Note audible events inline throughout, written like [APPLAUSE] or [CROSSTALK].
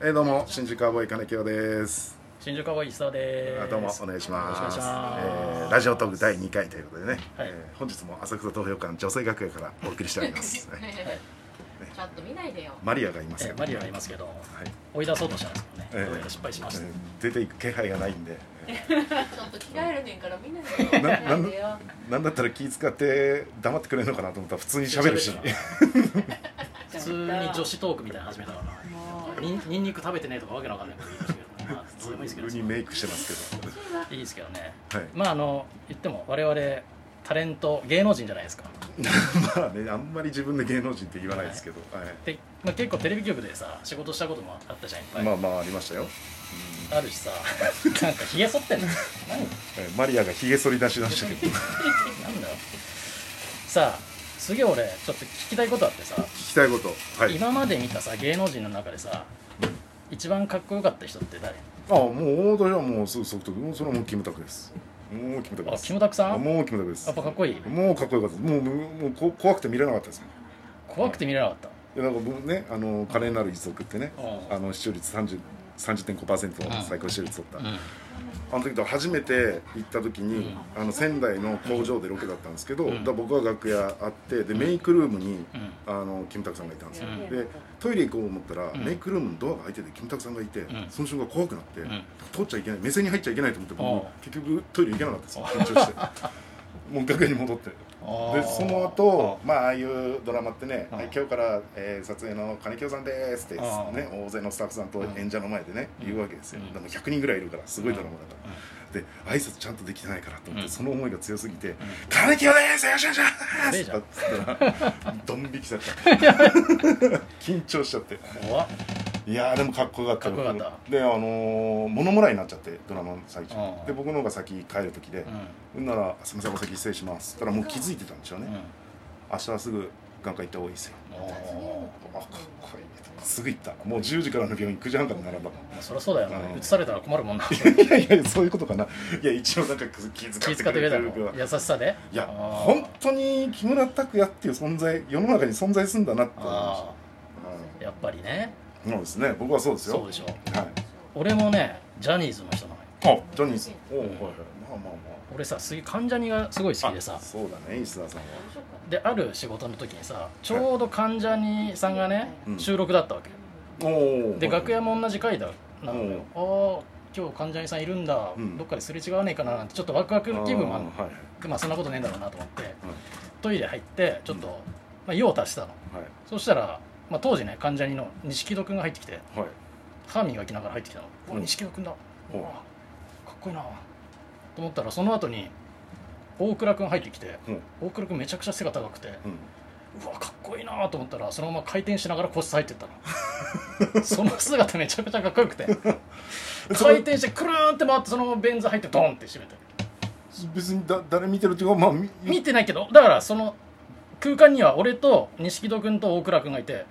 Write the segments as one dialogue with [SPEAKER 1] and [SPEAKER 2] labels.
[SPEAKER 1] えーどうも新宿アボーイ金城です。
[SPEAKER 2] 新宿青い久です
[SPEAKER 1] あどうもお願いします。
[SPEAKER 2] お願いします
[SPEAKER 1] えーラジオトーク第2回ということでね、
[SPEAKER 2] はい
[SPEAKER 1] えー本日も浅草東洋館女性学園からお送りしてお
[SPEAKER 3] [LAUGHS]
[SPEAKER 1] り
[SPEAKER 2] [LAUGHS]
[SPEAKER 1] ます。はい
[SPEAKER 3] ちょっと見ないでよ。
[SPEAKER 1] マリアがいます
[SPEAKER 2] え
[SPEAKER 1] け
[SPEAKER 2] ー
[SPEAKER 1] ど、
[SPEAKER 2] マリアがいますけど
[SPEAKER 1] はい。
[SPEAKER 2] 追い出そうとしたんですけどね、
[SPEAKER 1] えー
[SPEAKER 2] 失敗しました、
[SPEAKER 1] えー出ていく気配がないん
[SPEAKER 2] [LAUGHS]
[SPEAKER 1] で、
[SPEAKER 3] ちょっと着替えるねんから見ないで
[SPEAKER 1] な
[SPEAKER 3] よ。見
[SPEAKER 1] な
[SPEAKER 3] ない
[SPEAKER 1] ん
[SPEAKER 3] でよ。
[SPEAKER 1] なんだったら気使って黙ってくれるのかなと思ったら普通に喋る
[SPEAKER 2] [LAUGHS]
[SPEAKER 1] し、
[SPEAKER 3] [LAUGHS]
[SPEAKER 2] 普通に女子トークみたいなの始めたから
[SPEAKER 3] もう。
[SPEAKER 2] にんニンニク食べてねとかわけのわかんないこと言いましたけど、まあ、どうでもいいですけ
[SPEAKER 1] 普
[SPEAKER 2] ど
[SPEAKER 1] 通にメイクしてますけど。
[SPEAKER 2] いいですけどね
[SPEAKER 1] はい、
[SPEAKER 2] まああの言っても我々タレント芸能人じゃないですか
[SPEAKER 1] [LAUGHS] まあね、あんまり自分で芸能人って言わないですけど、はい
[SPEAKER 2] で、まあ、結構テレビ局でさ仕事したこともあったじゃんいっぱい、
[SPEAKER 1] まあまあありましたよ、
[SPEAKER 2] あるしさ [LAUGHS] なんかひげ剃ってんの何
[SPEAKER 1] えーマリアがひげ剃り出しましたけど、聞
[SPEAKER 2] [LAUGHS] なんだよさあすげえ俺ちょっと聞きたいことあってさ、
[SPEAKER 1] きたいこと、はい、あ
[SPEAKER 2] 今まで見たさ芸能人の中でさ一番かっこよかった人って誰
[SPEAKER 1] もう私はもうすぐ即得、もうそれはもうキムタクです、もうキムタク
[SPEAKER 2] あ
[SPEAKER 1] で
[SPEAKER 2] キ
[SPEAKER 1] す、
[SPEAKER 2] ムタクさ
[SPEAKER 1] あ
[SPEAKER 2] ん
[SPEAKER 1] もうキムタクです
[SPEAKER 2] やっ、ぱかっこいい
[SPEAKER 1] もうかっこよかったです、もうもうもうこ怖くて見れなかったですもん
[SPEAKER 2] 怖くて見れなかった
[SPEAKER 1] いやなんか僕ね、あの華麗なる一族ってね、
[SPEAKER 2] うん
[SPEAKER 1] あの視聴率30 30.5%の最高視聴率取った、
[SPEAKER 2] うん
[SPEAKER 1] あの時と初めて行った時に、あの仙台の工場でロケだったんですけど、
[SPEAKER 2] うん
[SPEAKER 1] だから僕は楽屋あってでメイクルームに、
[SPEAKER 2] うん
[SPEAKER 1] あのキムタクさんがいたんですよ、
[SPEAKER 2] うん
[SPEAKER 1] でトイレ行こう思ったら、
[SPEAKER 2] ん
[SPEAKER 1] メイクルームのドアが開いててキムタクさんがいて、
[SPEAKER 2] ん
[SPEAKER 1] その瞬間怖くなって、
[SPEAKER 2] ん
[SPEAKER 1] 通っちゃいけない目線に入っちゃいけないと思って僕、
[SPEAKER 2] おう
[SPEAKER 1] 結局トイレ行けなかったんですよ緊張して
[SPEAKER 2] [LAUGHS]
[SPEAKER 1] もう楽屋に戻って。
[SPEAKER 2] あー
[SPEAKER 1] でその後まあああいうドラマってね「
[SPEAKER 2] うん
[SPEAKER 1] はい今日から、えー撮影の金京さんです」って、
[SPEAKER 2] うん
[SPEAKER 1] ね、大勢のスタッフさんと演者の前でね、言うわけですよ、
[SPEAKER 2] うん
[SPEAKER 1] でも100人ぐらいいるからすごいドラマだから、で挨拶ちゃんとできてないからと思って、
[SPEAKER 2] うん
[SPEAKER 1] その思いが強すぎて「金京ですよろしくお願いします!」って言ったらドン引きされた
[SPEAKER 2] [LAUGHS]
[SPEAKER 1] 緊張しちゃって
[SPEAKER 2] 怖っ
[SPEAKER 1] いやーでもかっこよかった
[SPEAKER 2] かっこよかった
[SPEAKER 1] 僕であのー物もらいになっちゃってドラマの最中
[SPEAKER 2] うん
[SPEAKER 1] で僕の方が先帰る時で
[SPEAKER 2] うん
[SPEAKER 1] 「ほんならすみませんお先失礼します」って言ったらもう気づいてたんでしょうね、
[SPEAKER 2] う
[SPEAKER 1] 明日はすぐ眼科行った方がいいですよ
[SPEAKER 2] んおー
[SPEAKER 1] あかっこいいすぐ行ったもう10時からの病院9時半から並んだ
[SPEAKER 2] まあそりゃそうだよな
[SPEAKER 1] うん
[SPEAKER 2] 映されたら困
[SPEAKER 1] [LAUGHS]
[SPEAKER 2] るもんな気
[SPEAKER 1] いやいやそういうことかないや一応なんか気遣
[SPEAKER 2] 遣
[SPEAKER 1] っ
[SPEAKER 2] ってて
[SPEAKER 1] く
[SPEAKER 2] く
[SPEAKER 1] れ
[SPEAKER 2] れ
[SPEAKER 1] て
[SPEAKER 2] た
[SPEAKER 1] る
[SPEAKER 2] の
[SPEAKER 1] けど
[SPEAKER 2] 優しさで
[SPEAKER 1] いや
[SPEAKER 2] あー
[SPEAKER 1] 本当に木村拓哉っていう存在世の中に存在するんだなって思いまし
[SPEAKER 2] ああやっぱりね
[SPEAKER 1] たそうですね僕はそうですよ
[SPEAKER 2] そうでしょ
[SPEAKER 1] はい
[SPEAKER 2] 俺もねジャニーズの人なのよ
[SPEAKER 1] あジョニーズおおはい
[SPEAKER 2] うん
[SPEAKER 1] はいまあまあ
[SPEAKER 2] 俺さすげえ関ジャニがすごい好きで
[SPEAKER 1] まあ
[SPEAKER 2] さ
[SPEAKER 1] あそうだね石田さんは
[SPEAKER 2] である仕事の時にさちょうど関ジャニさんがね
[SPEAKER 1] うん
[SPEAKER 2] 収録だったわけ
[SPEAKER 1] おお
[SPEAKER 2] で楽屋も同じ階だなのよああ今日患者さんいるんだ、
[SPEAKER 1] うん
[SPEAKER 2] どっかですれ違わねえかななんてちょっとワクワク気分もあるの
[SPEAKER 1] はい
[SPEAKER 2] まあそんなことねえんだろうなと思ってトイレ入ってちょっと、まあ、用を足したの
[SPEAKER 1] はい
[SPEAKER 2] そしたら、まあ、当時ね患者にの錦戸君が入ってきて
[SPEAKER 1] はい
[SPEAKER 2] 歯磨きながら入ってきたの「
[SPEAKER 1] うん
[SPEAKER 2] うわ錦戸君だ
[SPEAKER 1] お
[SPEAKER 2] うわかっこいいな」と思ったらその後に大倉君入ってきて
[SPEAKER 1] うん
[SPEAKER 2] 大倉君めちゃくちゃ背が高くて
[SPEAKER 1] うん
[SPEAKER 2] うわかっこいいなと思ったらそのまま回転しながら個室入ってったの [LAUGHS] その姿めちゃくちゃかっこよくて回転してクルーンって回ってそのままベンズ入ってドンって閉めて
[SPEAKER 1] 別にだ誰見てるっていうかまあみ
[SPEAKER 2] 見てないけどだからその空間には俺と錦戸君と大倉君がいて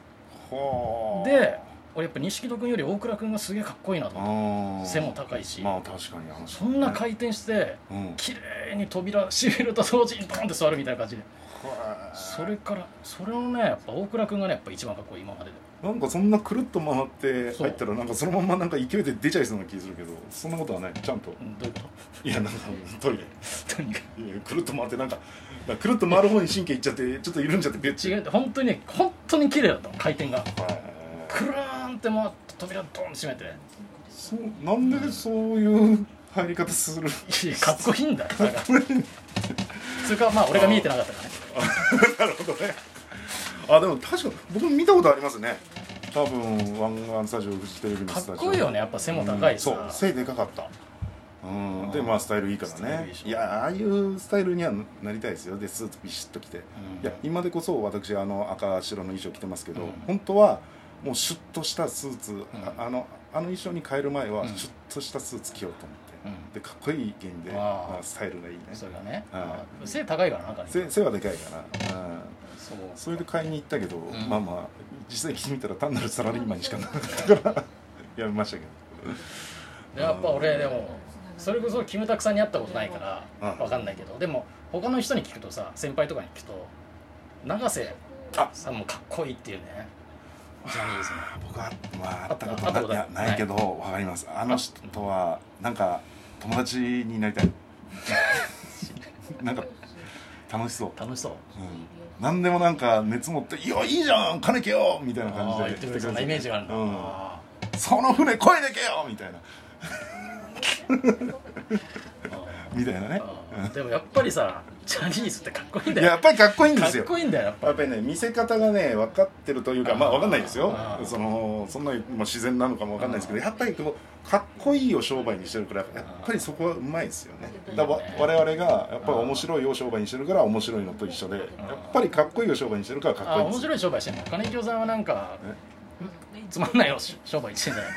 [SPEAKER 1] はあ
[SPEAKER 2] で俺やっぱ錦戸君より大倉君がすげえかっこいいなと思っ
[SPEAKER 1] あ
[SPEAKER 2] て
[SPEAKER 1] あ
[SPEAKER 2] 背も高いし、
[SPEAKER 1] まあ確かにあの
[SPEAKER 2] そんな回転して
[SPEAKER 1] うん
[SPEAKER 2] 綺麗に扉閉めると同時にドンって座るみたいな感じでそ
[SPEAKER 1] そ
[SPEAKER 2] れからそれをねやっぱ大倉君がねやっぱ一番かっこいい今までで
[SPEAKER 1] なんかそんなくるっと回って
[SPEAKER 2] そう
[SPEAKER 1] 入ったらなんかそのまんまなんか勢いで出ちゃいそうな気するけどそんなことはないちゃんと
[SPEAKER 2] うんどういうこ
[SPEAKER 1] いやなんかトイレ
[SPEAKER 2] ととにかく
[SPEAKER 1] いやくるっと回ってなんかなんかくるっと回る方に神経いっちゃってちょっと緩んじゃってベッチ
[SPEAKER 2] 違う本当にね本当に綺麗だったの回転が
[SPEAKER 1] はい
[SPEAKER 2] クルーンって回って扉ドーン閉めてい
[SPEAKER 1] そうなんでそういう入り方する
[SPEAKER 2] やかっこいいんだよだからそれかまあ俺が見えてなかったからね
[SPEAKER 1] なるほどねあでも確か僕見たことありますね多分湾岸スタジオフジテレビの
[SPEAKER 2] か
[SPEAKER 1] スタジオ
[SPEAKER 2] っこいいよねやっぱ背も高いしさ、
[SPEAKER 1] うんそう背でかかったうんでまあスタイルいいから
[SPEAKER 2] スタイルい
[SPEAKER 1] ね
[SPEAKER 2] いでしょ
[SPEAKER 1] いやああいうスタイルにはなりたいですよでスーツビシッと着て、
[SPEAKER 2] ん
[SPEAKER 1] いや今でこそ私あの赤白の衣装着てますけど、
[SPEAKER 2] うん
[SPEAKER 1] 本当はもうシュッとしたスーツ、ああのあの衣装に変える前は
[SPEAKER 2] うん
[SPEAKER 1] シュッとしたスーツ着ようと思って、
[SPEAKER 2] うん
[SPEAKER 1] でかっこいい芸人で、
[SPEAKER 2] あー
[SPEAKER 1] まあスタイルがいいね
[SPEAKER 2] それがね、
[SPEAKER 1] はい
[SPEAKER 2] まあ背高いからなんかね
[SPEAKER 1] 背背はでかいから、うん、
[SPEAKER 2] そう
[SPEAKER 1] それで買いに行ったけど、
[SPEAKER 2] ん
[SPEAKER 1] まあまあ実際着てみたら単なるサラリーマンにしかなかったからやめましたけど
[SPEAKER 2] でやっぱ俺でもそれこそキムタクさんに会ったことないか
[SPEAKER 1] うん
[SPEAKER 2] らわかんないけどでも他の人に聞くとさ先輩とかに聞くと永瀬
[SPEAKER 1] あ
[SPEAKER 2] さんもかっこいいっていうねジャニーズの
[SPEAKER 1] 僕は、まあ、会ったこ
[SPEAKER 2] あったこと
[SPEAKER 1] とな
[SPEAKER 2] ない
[SPEAKER 1] いやないけど、わかりますあの人とはなんか友達になりた
[SPEAKER 2] [LAUGHS]
[SPEAKER 1] いなんか楽しそう、
[SPEAKER 2] 楽しそう
[SPEAKER 1] うん、何でもなんか熱持って「いやいいじゃん金けよ!」みたいな
[SPEAKER 2] ああ
[SPEAKER 1] 感
[SPEAKER 2] 言
[SPEAKER 1] じ
[SPEAKER 2] っ
[SPEAKER 1] で
[SPEAKER 2] てくれそうなイメージがあるな、
[SPEAKER 1] うん
[SPEAKER 2] あ
[SPEAKER 1] その船声でけよ!」みたい
[SPEAKER 2] [LAUGHS]
[SPEAKER 1] な
[SPEAKER 2] ー
[SPEAKER 1] [LAUGHS] みたいなね
[SPEAKER 2] あーでもやっぱりさジャニーズってかっこいいん
[SPEAKER 1] い
[SPEAKER 2] だ
[SPEAKER 1] や
[SPEAKER 2] よ
[SPEAKER 1] やっぱりかっこいいんで
[SPEAKER 2] か
[SPEAKER 1] す
[SPEAKER 2] っ
[SPEAKER 1] よ
[SPEAKER 2] こいいんだよやっぱ
[SPEAKER 1] やっぱりね見せ方がね分かってるというかまあ分かんないですよ
[SPEAKER 2] あー
[SPEAKER 1] そのそんなにもう自然なのかも分かんないですけどやっぱりこうかっこいいを商売にしてるからやっぱりそこはうまいですよねだからわ我々がやっぱり面白いを商売にしてるから面白いのと一緒でやっぱりかっこいいを商売にしてるからかっ
[SPEAKER 2] あ
[SPEAKER 1] こ
[SPEAKER 2] ー
[SPEAKER 1] いいんで
[SPEAKER 2] 面
[SPEAKER 1] すよ
[SPEAKER 2] 白い商売してんの金京さんはなんかつま
[SPEAKER 1] [LAUGHS]
[SPEAKER 2] んないを商売にしてんじゃない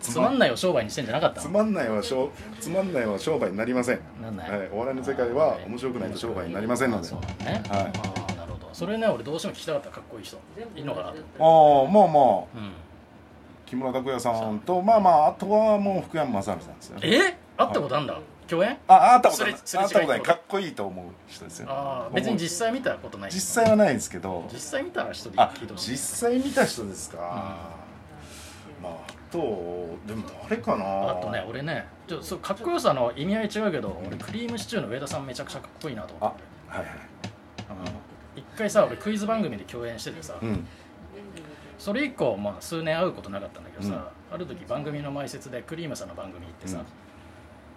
[SPEAKER 2] つまんないを商売にしてんじゃなかった
[SPEAKER 1] つ
[SPEAKER 2] の
[SPEAKER 1] まんないは商つまんないは商売になりません
[SPEAKER 2] なんない、
[SPEAKER 1] はいお笑いの世界は面白くないと商売になりませんので
[SPEAKER 2] そうだね、
[SPEAKER 1] はい
[SPEAKER 2] ああなるほどそれね俺どうしても聞きたかったかっこいい人いいのかなと、
[SPEAKER 1] ああまあまあ
[SPEAKER 2] うん、
[SPEAKER 1] 木村拓哉さんとまあまああとはもう福山雅治さんですよね
[SPEAKER 2] え会ったことあんだ共演
[SPEAKER 1] ああったことない
[SPEAKER 2] す
[SPEAKER 1] あ
[SPEAKER 2] れ違い
[SPEAKER 1] ったことないかっこいいと思う人ですよ
[SPEAKER 2] ああ別に実際見たことない
[SPEAKER 1] 実際はないですけど
[SPEAKER 2] 実際見たら一人
[SPEAKER 1] あ
[SPEAKER 2] 聞いてほしい
[SPEAKER 1] 実際見た人ですかまああとでも誰かな
[SPEAKER 2] あとね俺ねちょそうかっこよさの意味合い違うけど俺クリームシチューの上田さんめちゃくちゃかっこいいなと思って
[SPEAKER 1] はいはい
[SPEAKER 2] あの一回さ俺クイズ番組で共演しててさ、
[SPEAKER 1] うん
[SPEAKER 2] それ以降、まあ、数年会うことなかったんだけどさ、ある時番組の前説でクリームさんの番組行ってさ、
[SPEAKER 1] うん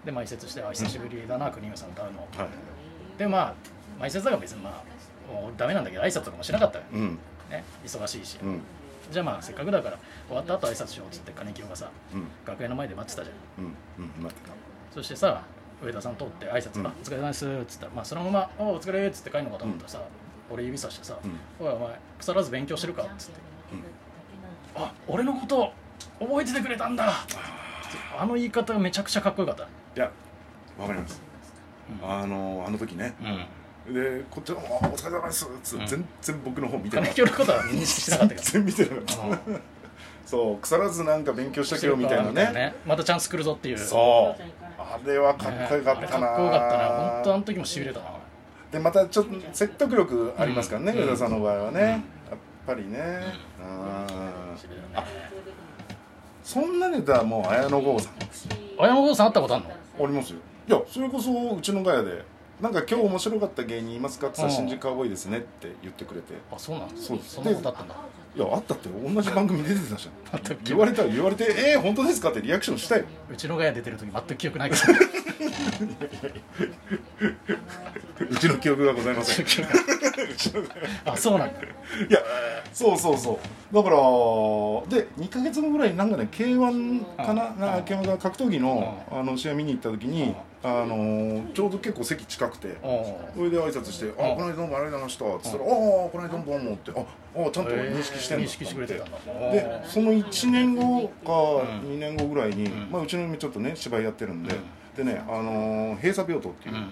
[SPEAKER 2] で前説して「あ久しぶりだな、クリームさん歌うの」
[SPEAKER 1] はい
[SPEAKER 2] でまあ前説だから別にまあもうダメなんだけど挨拶とかもしなかったよ
[SPEAKER 1] うん
[SPEAKER 2] ね忙しいし、
[SPEAKER 1] うん
[SPEAKER 2] じゃあまあせっかくだから終わった後挨拶しようっつって金清がさ
[SPEAKER 1] うん
[SPEAKER 2] 楽屋の前で待ってたじゃん
[SPEAKER 1] うんうん待って
[SPEAKER 2] そしてさ上田さん通って挨拶、
[SPEAKER 1] うん
[SPEAKER 2] あお疲れ様です」っつったら、まあ、そのまま「あお疲れ」っつって帰るのかと思ったらさ、俺指さしてさ「
[SPEAKER 1] うん
[SPEAKER 2] おいお前腐らず勉強してるか」っつって
[SPEAKER 1] うん
[SPEAKER 2] 「あ俺のこと覚えててくれたんだ」あの言い方がめちゃくちゃかっこよかった、
[SPEAKER 1] たいやわかりますあのあの時ね
[SPEAKER 2] うん、
[SPEAKER 1] でこっちの「おお疲れ様です」つって全然僕の方見てな
[SPEAKER 2] 金
[SPEAKER 1] かっ
[SPEAKER 2] 清のことは認識してなか
[SPEAKER 1] た
[SPEAKER 2] ったけ
[SPEAKER 1] 全
[SPEAKER 2] ど
[SPEAKER 1] 然見てなかった
[SPEAKER 2] うん
[SPEAKER 1] そう腐らずなんか勉強しとけよみたいな
[SPEAKER 2] してるか
[SPEAKER 1] ね
[SPEAKER 2] またチャンス来るぞっていう
[SPEAKER 1] そうあれはかっこよかったな、
[SPEAKER 2] ねあれかっこよかったな本当あの時もしびれたな
[SPEAKER 1] でまたちょっと説得力ありますからね、
[SPEAKER 2] うん
[SPEAKER 1] 上田さんの場合はね、
[SPEAKER 2] うん
[SPEAKER 1] やっぱりね、うん
[SPEAKER 2] しびれたね
[SPEAKER 1] そんなネタはもう綾野剛さん
[SPEAKER 2] 綾野剛さん会ったことあんの
[SPEAKER 1] おりますよいやそれこそうちのガヤで「なんか今日面白かった芸人いますか?」って言ったら「
[SPEAKER 2] うん
[SPEAKER 1] 新宿カウボーイですね」って言ってくれて「
[SPEAKER 2] あそうなん
[SPEAKER 1] そうです
[SPEAKER 2] んなことあったんだ
[SPEAKER 1] いやあったって同じ番組出てたじゃん」
[SPEAKER 2] 全く
[SPEAKER 1] 言われたら言われて「えー、本当ですか?」ってリアクションしたよ
[SPEAKER 2] うちのガヤ出てる時全く記憶ないから
[SPEAKER 1] うちの記憶がございません
[SPEAKER 2] あそうなんだ
[SPEAKER 1] いやそうそうそうだからで2か月後ぐらいになんかね k 1かな
[SPEAKER 2] うん
[SPEAKER 1] なんか k 1が格闘技のあの試合見に行った時にあのーちょうど結構席近くて
[SPEAKER 2] おお
[SPEAKER 1] それで挨拶して「あこの間どうもありがとうございました」っつったら「ああこの間どうもどうも」って「ああちゃんと認識してんだ」
[SPEAKER 2] 認識してくれてたんだ
[SPEAKER 1] でその1年後か
[SPEAKER 2] うん
[SPEAKER 1] 2年後ぐらいに、
[SPEAKER 2] ん
[SPEAKER 1] まあ、うちの嫁ちょっとね芝居やってるんで、でね、あのー閉鎖病棟」っていうう、
[SPEAKER 2] ん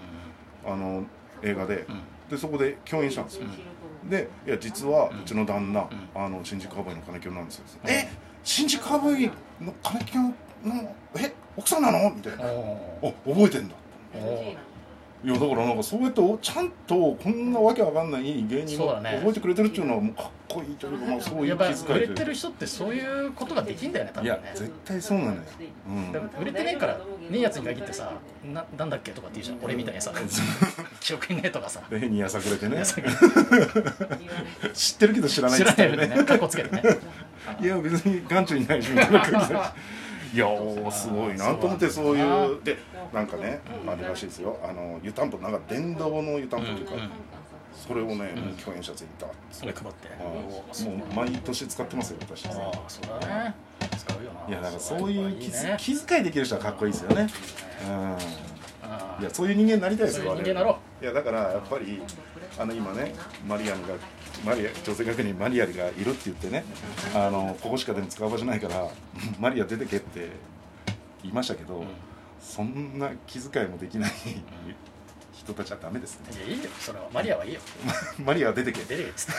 [SPEAKER 1] あの映画で,、
[SPEAKER 2] うん
[SPEAKER 1] でそこで共演したんですよ、でいや実はうちの旦那、あの新宿カウボーイの金木なんですよ、え新宿カウボーイの金木のえ奥さんなのみたい
[SPEAKER 2] お
[SPEAKER 1] な、
[SPEAKER 2] お
[SPEAKER 1] あ覚えてんだ
[SPEAKER 2] お
[SPEAKER 1] いやだからなんかそうやっておちゃんとこんなわけわかんない芸人
[SPEAKER 2] そう
[SPEAKER 1] を
[SPEAKER 2] だね
[SPEAKER 1] 覚えてくれてるっていうのはもうかっこいいというか、まあ、そういう
[SPEAKER 2] やっ
[SPEAKER 1] 気
[SPEAKER 2] ぱ
[SPEAKER 1] 遣いと
[SPEAKER 2] 売れ
[SPEAKER 1] いう
[SPEAKER 2] て
[SPEAKER 1] か
[SPEAKER 2] る人ってそういうことができんだよね
[SPEAKER 1] い
[SPEAKER 2] 多分
[SPEAKER 1] や
[SPEAKER 2] ね
[SPEAKER 1] 絶対そうなのよ、うん
[SPEAKER 2] だ、から売れてねえからねえやつに限ってさななんだっけとかって言うじゃん俺みたいにさ記憶にねえとかさ
[SPEAKER 1] [LAUGHS] で変にやさくれてね
[SPEAKER 2] さ
[SPEAKER 1] 知ってるけど知らない
[SPEAKER 2] 知
[SPEAKER 1] っつ
[SPEAKER 2] ら
[SPEAKER 1] っ
[SPEAKER 2] な
[SPEAKER 1] て
[SPEAKER 2] いよ
[SPEAKER 1] ね
[SPEAKER 2] ねかっこつけてね
[SPEAKER 1] いや別に眼中にないしみたいな感じでいやーすごいなと思ってそういうでなんかねあれらしいですよあの湯たんぽなんか電動の湯たんぽというか、
[SPEAKER 2] うんうん
[SPEAKER 1] それをね、
[SPEAKER 2] うん
[SPEAKER 1] 共演者全員だっつっ
[SPEAKER 2] それ配って
[SPEAKER 1] てもう毎年使ってますよ私
[SPEAKER 2] ああそうだね使うよない
[SPEAKER 1] いやだからそういう気づ
[SPEAKER 2] ね
[SPEAKER 1] 気遣いできる人はかっこいいですよね
[SPEAKER 2] あ
[SPEAKER 1] うんいやそういう人間になりたい
[SPEAKER 2] あ
[SPEAKER 1] です
[SPEAKER 2] そう
[SPEAKER 1] よ
[SPEAKER 2] いう
[SPEAKER 1] 我
[SPEAKER 2] 人
[SPEAKER 1] 々
[SPEAKER 2] 間だろ
[SPEAKER 1] いやだからやっぱりあの今ねマリアムがマリア女性学院マリアルがいるって言ってねあのここしかでも使う場所ないから [LAUGHS] マリア出てけって言いましたけど、
[SPEAKER 2] うん
[SPEAKER 1] そんな気遣いもできない [LAUGHS] 人たちはダメですね [LAUGHS]
[SPEAKER 2] いやいいよそれはマリアはいいよ
[SPEAKER 1] マリア出てけ
[SPEAKER 2] 出てけっつっ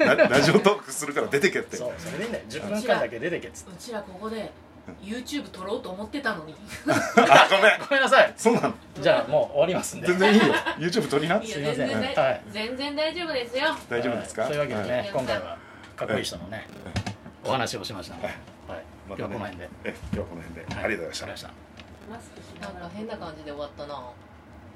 [SPEAKER 1] ララジオトークするから出てけってて
[SPEAKER 2] そうそれでいいんだよ10分間だけ出てけっつって
[SPEAKER 3] うちらここで YouTube 撮ろうと思ってたのに
[SPEAKER 1] [LAUGHS] あごめん
[SPEAKER 2] ごめんなさい
[SPEAKER 1] そうなの
[SPEAKER 2] じゃあもう終わりますんで
[SPEAKER 1] 全然いいよ YouTube 撮りな
[SPEAKER 3] や
[SPEAKER 2] すいません
[SPEAKER 3] 全然
[SPEAKER 2] はい
[SPEAKER 3] 全然大丈夫ですよ
[SPEAKER 1] 大丈夫ですか
[SPEAKER 2] そういうわけで
[SPEAKER 1] はい
[SPEAKER 2] ね今回はかっこいい人のねお話をしましたので、はい
[SPEAKER 1] ま
[SPEAKER 2] 今日
[SPEAKER 1] たね
[SPEAKER 2] はこの辺で、
[SPEAKER 1] え今日はこの辺で、
[SPEAKER 2] は
[SPEAKER 1] ありがとうございました
[SPEAKER 2] ありがとうございました
[SPEAKER 4] マスクしな
[SPEAKER 3] なん
[SPEAKER 4] が
[SPEAKER 3] から変な感じで終わったな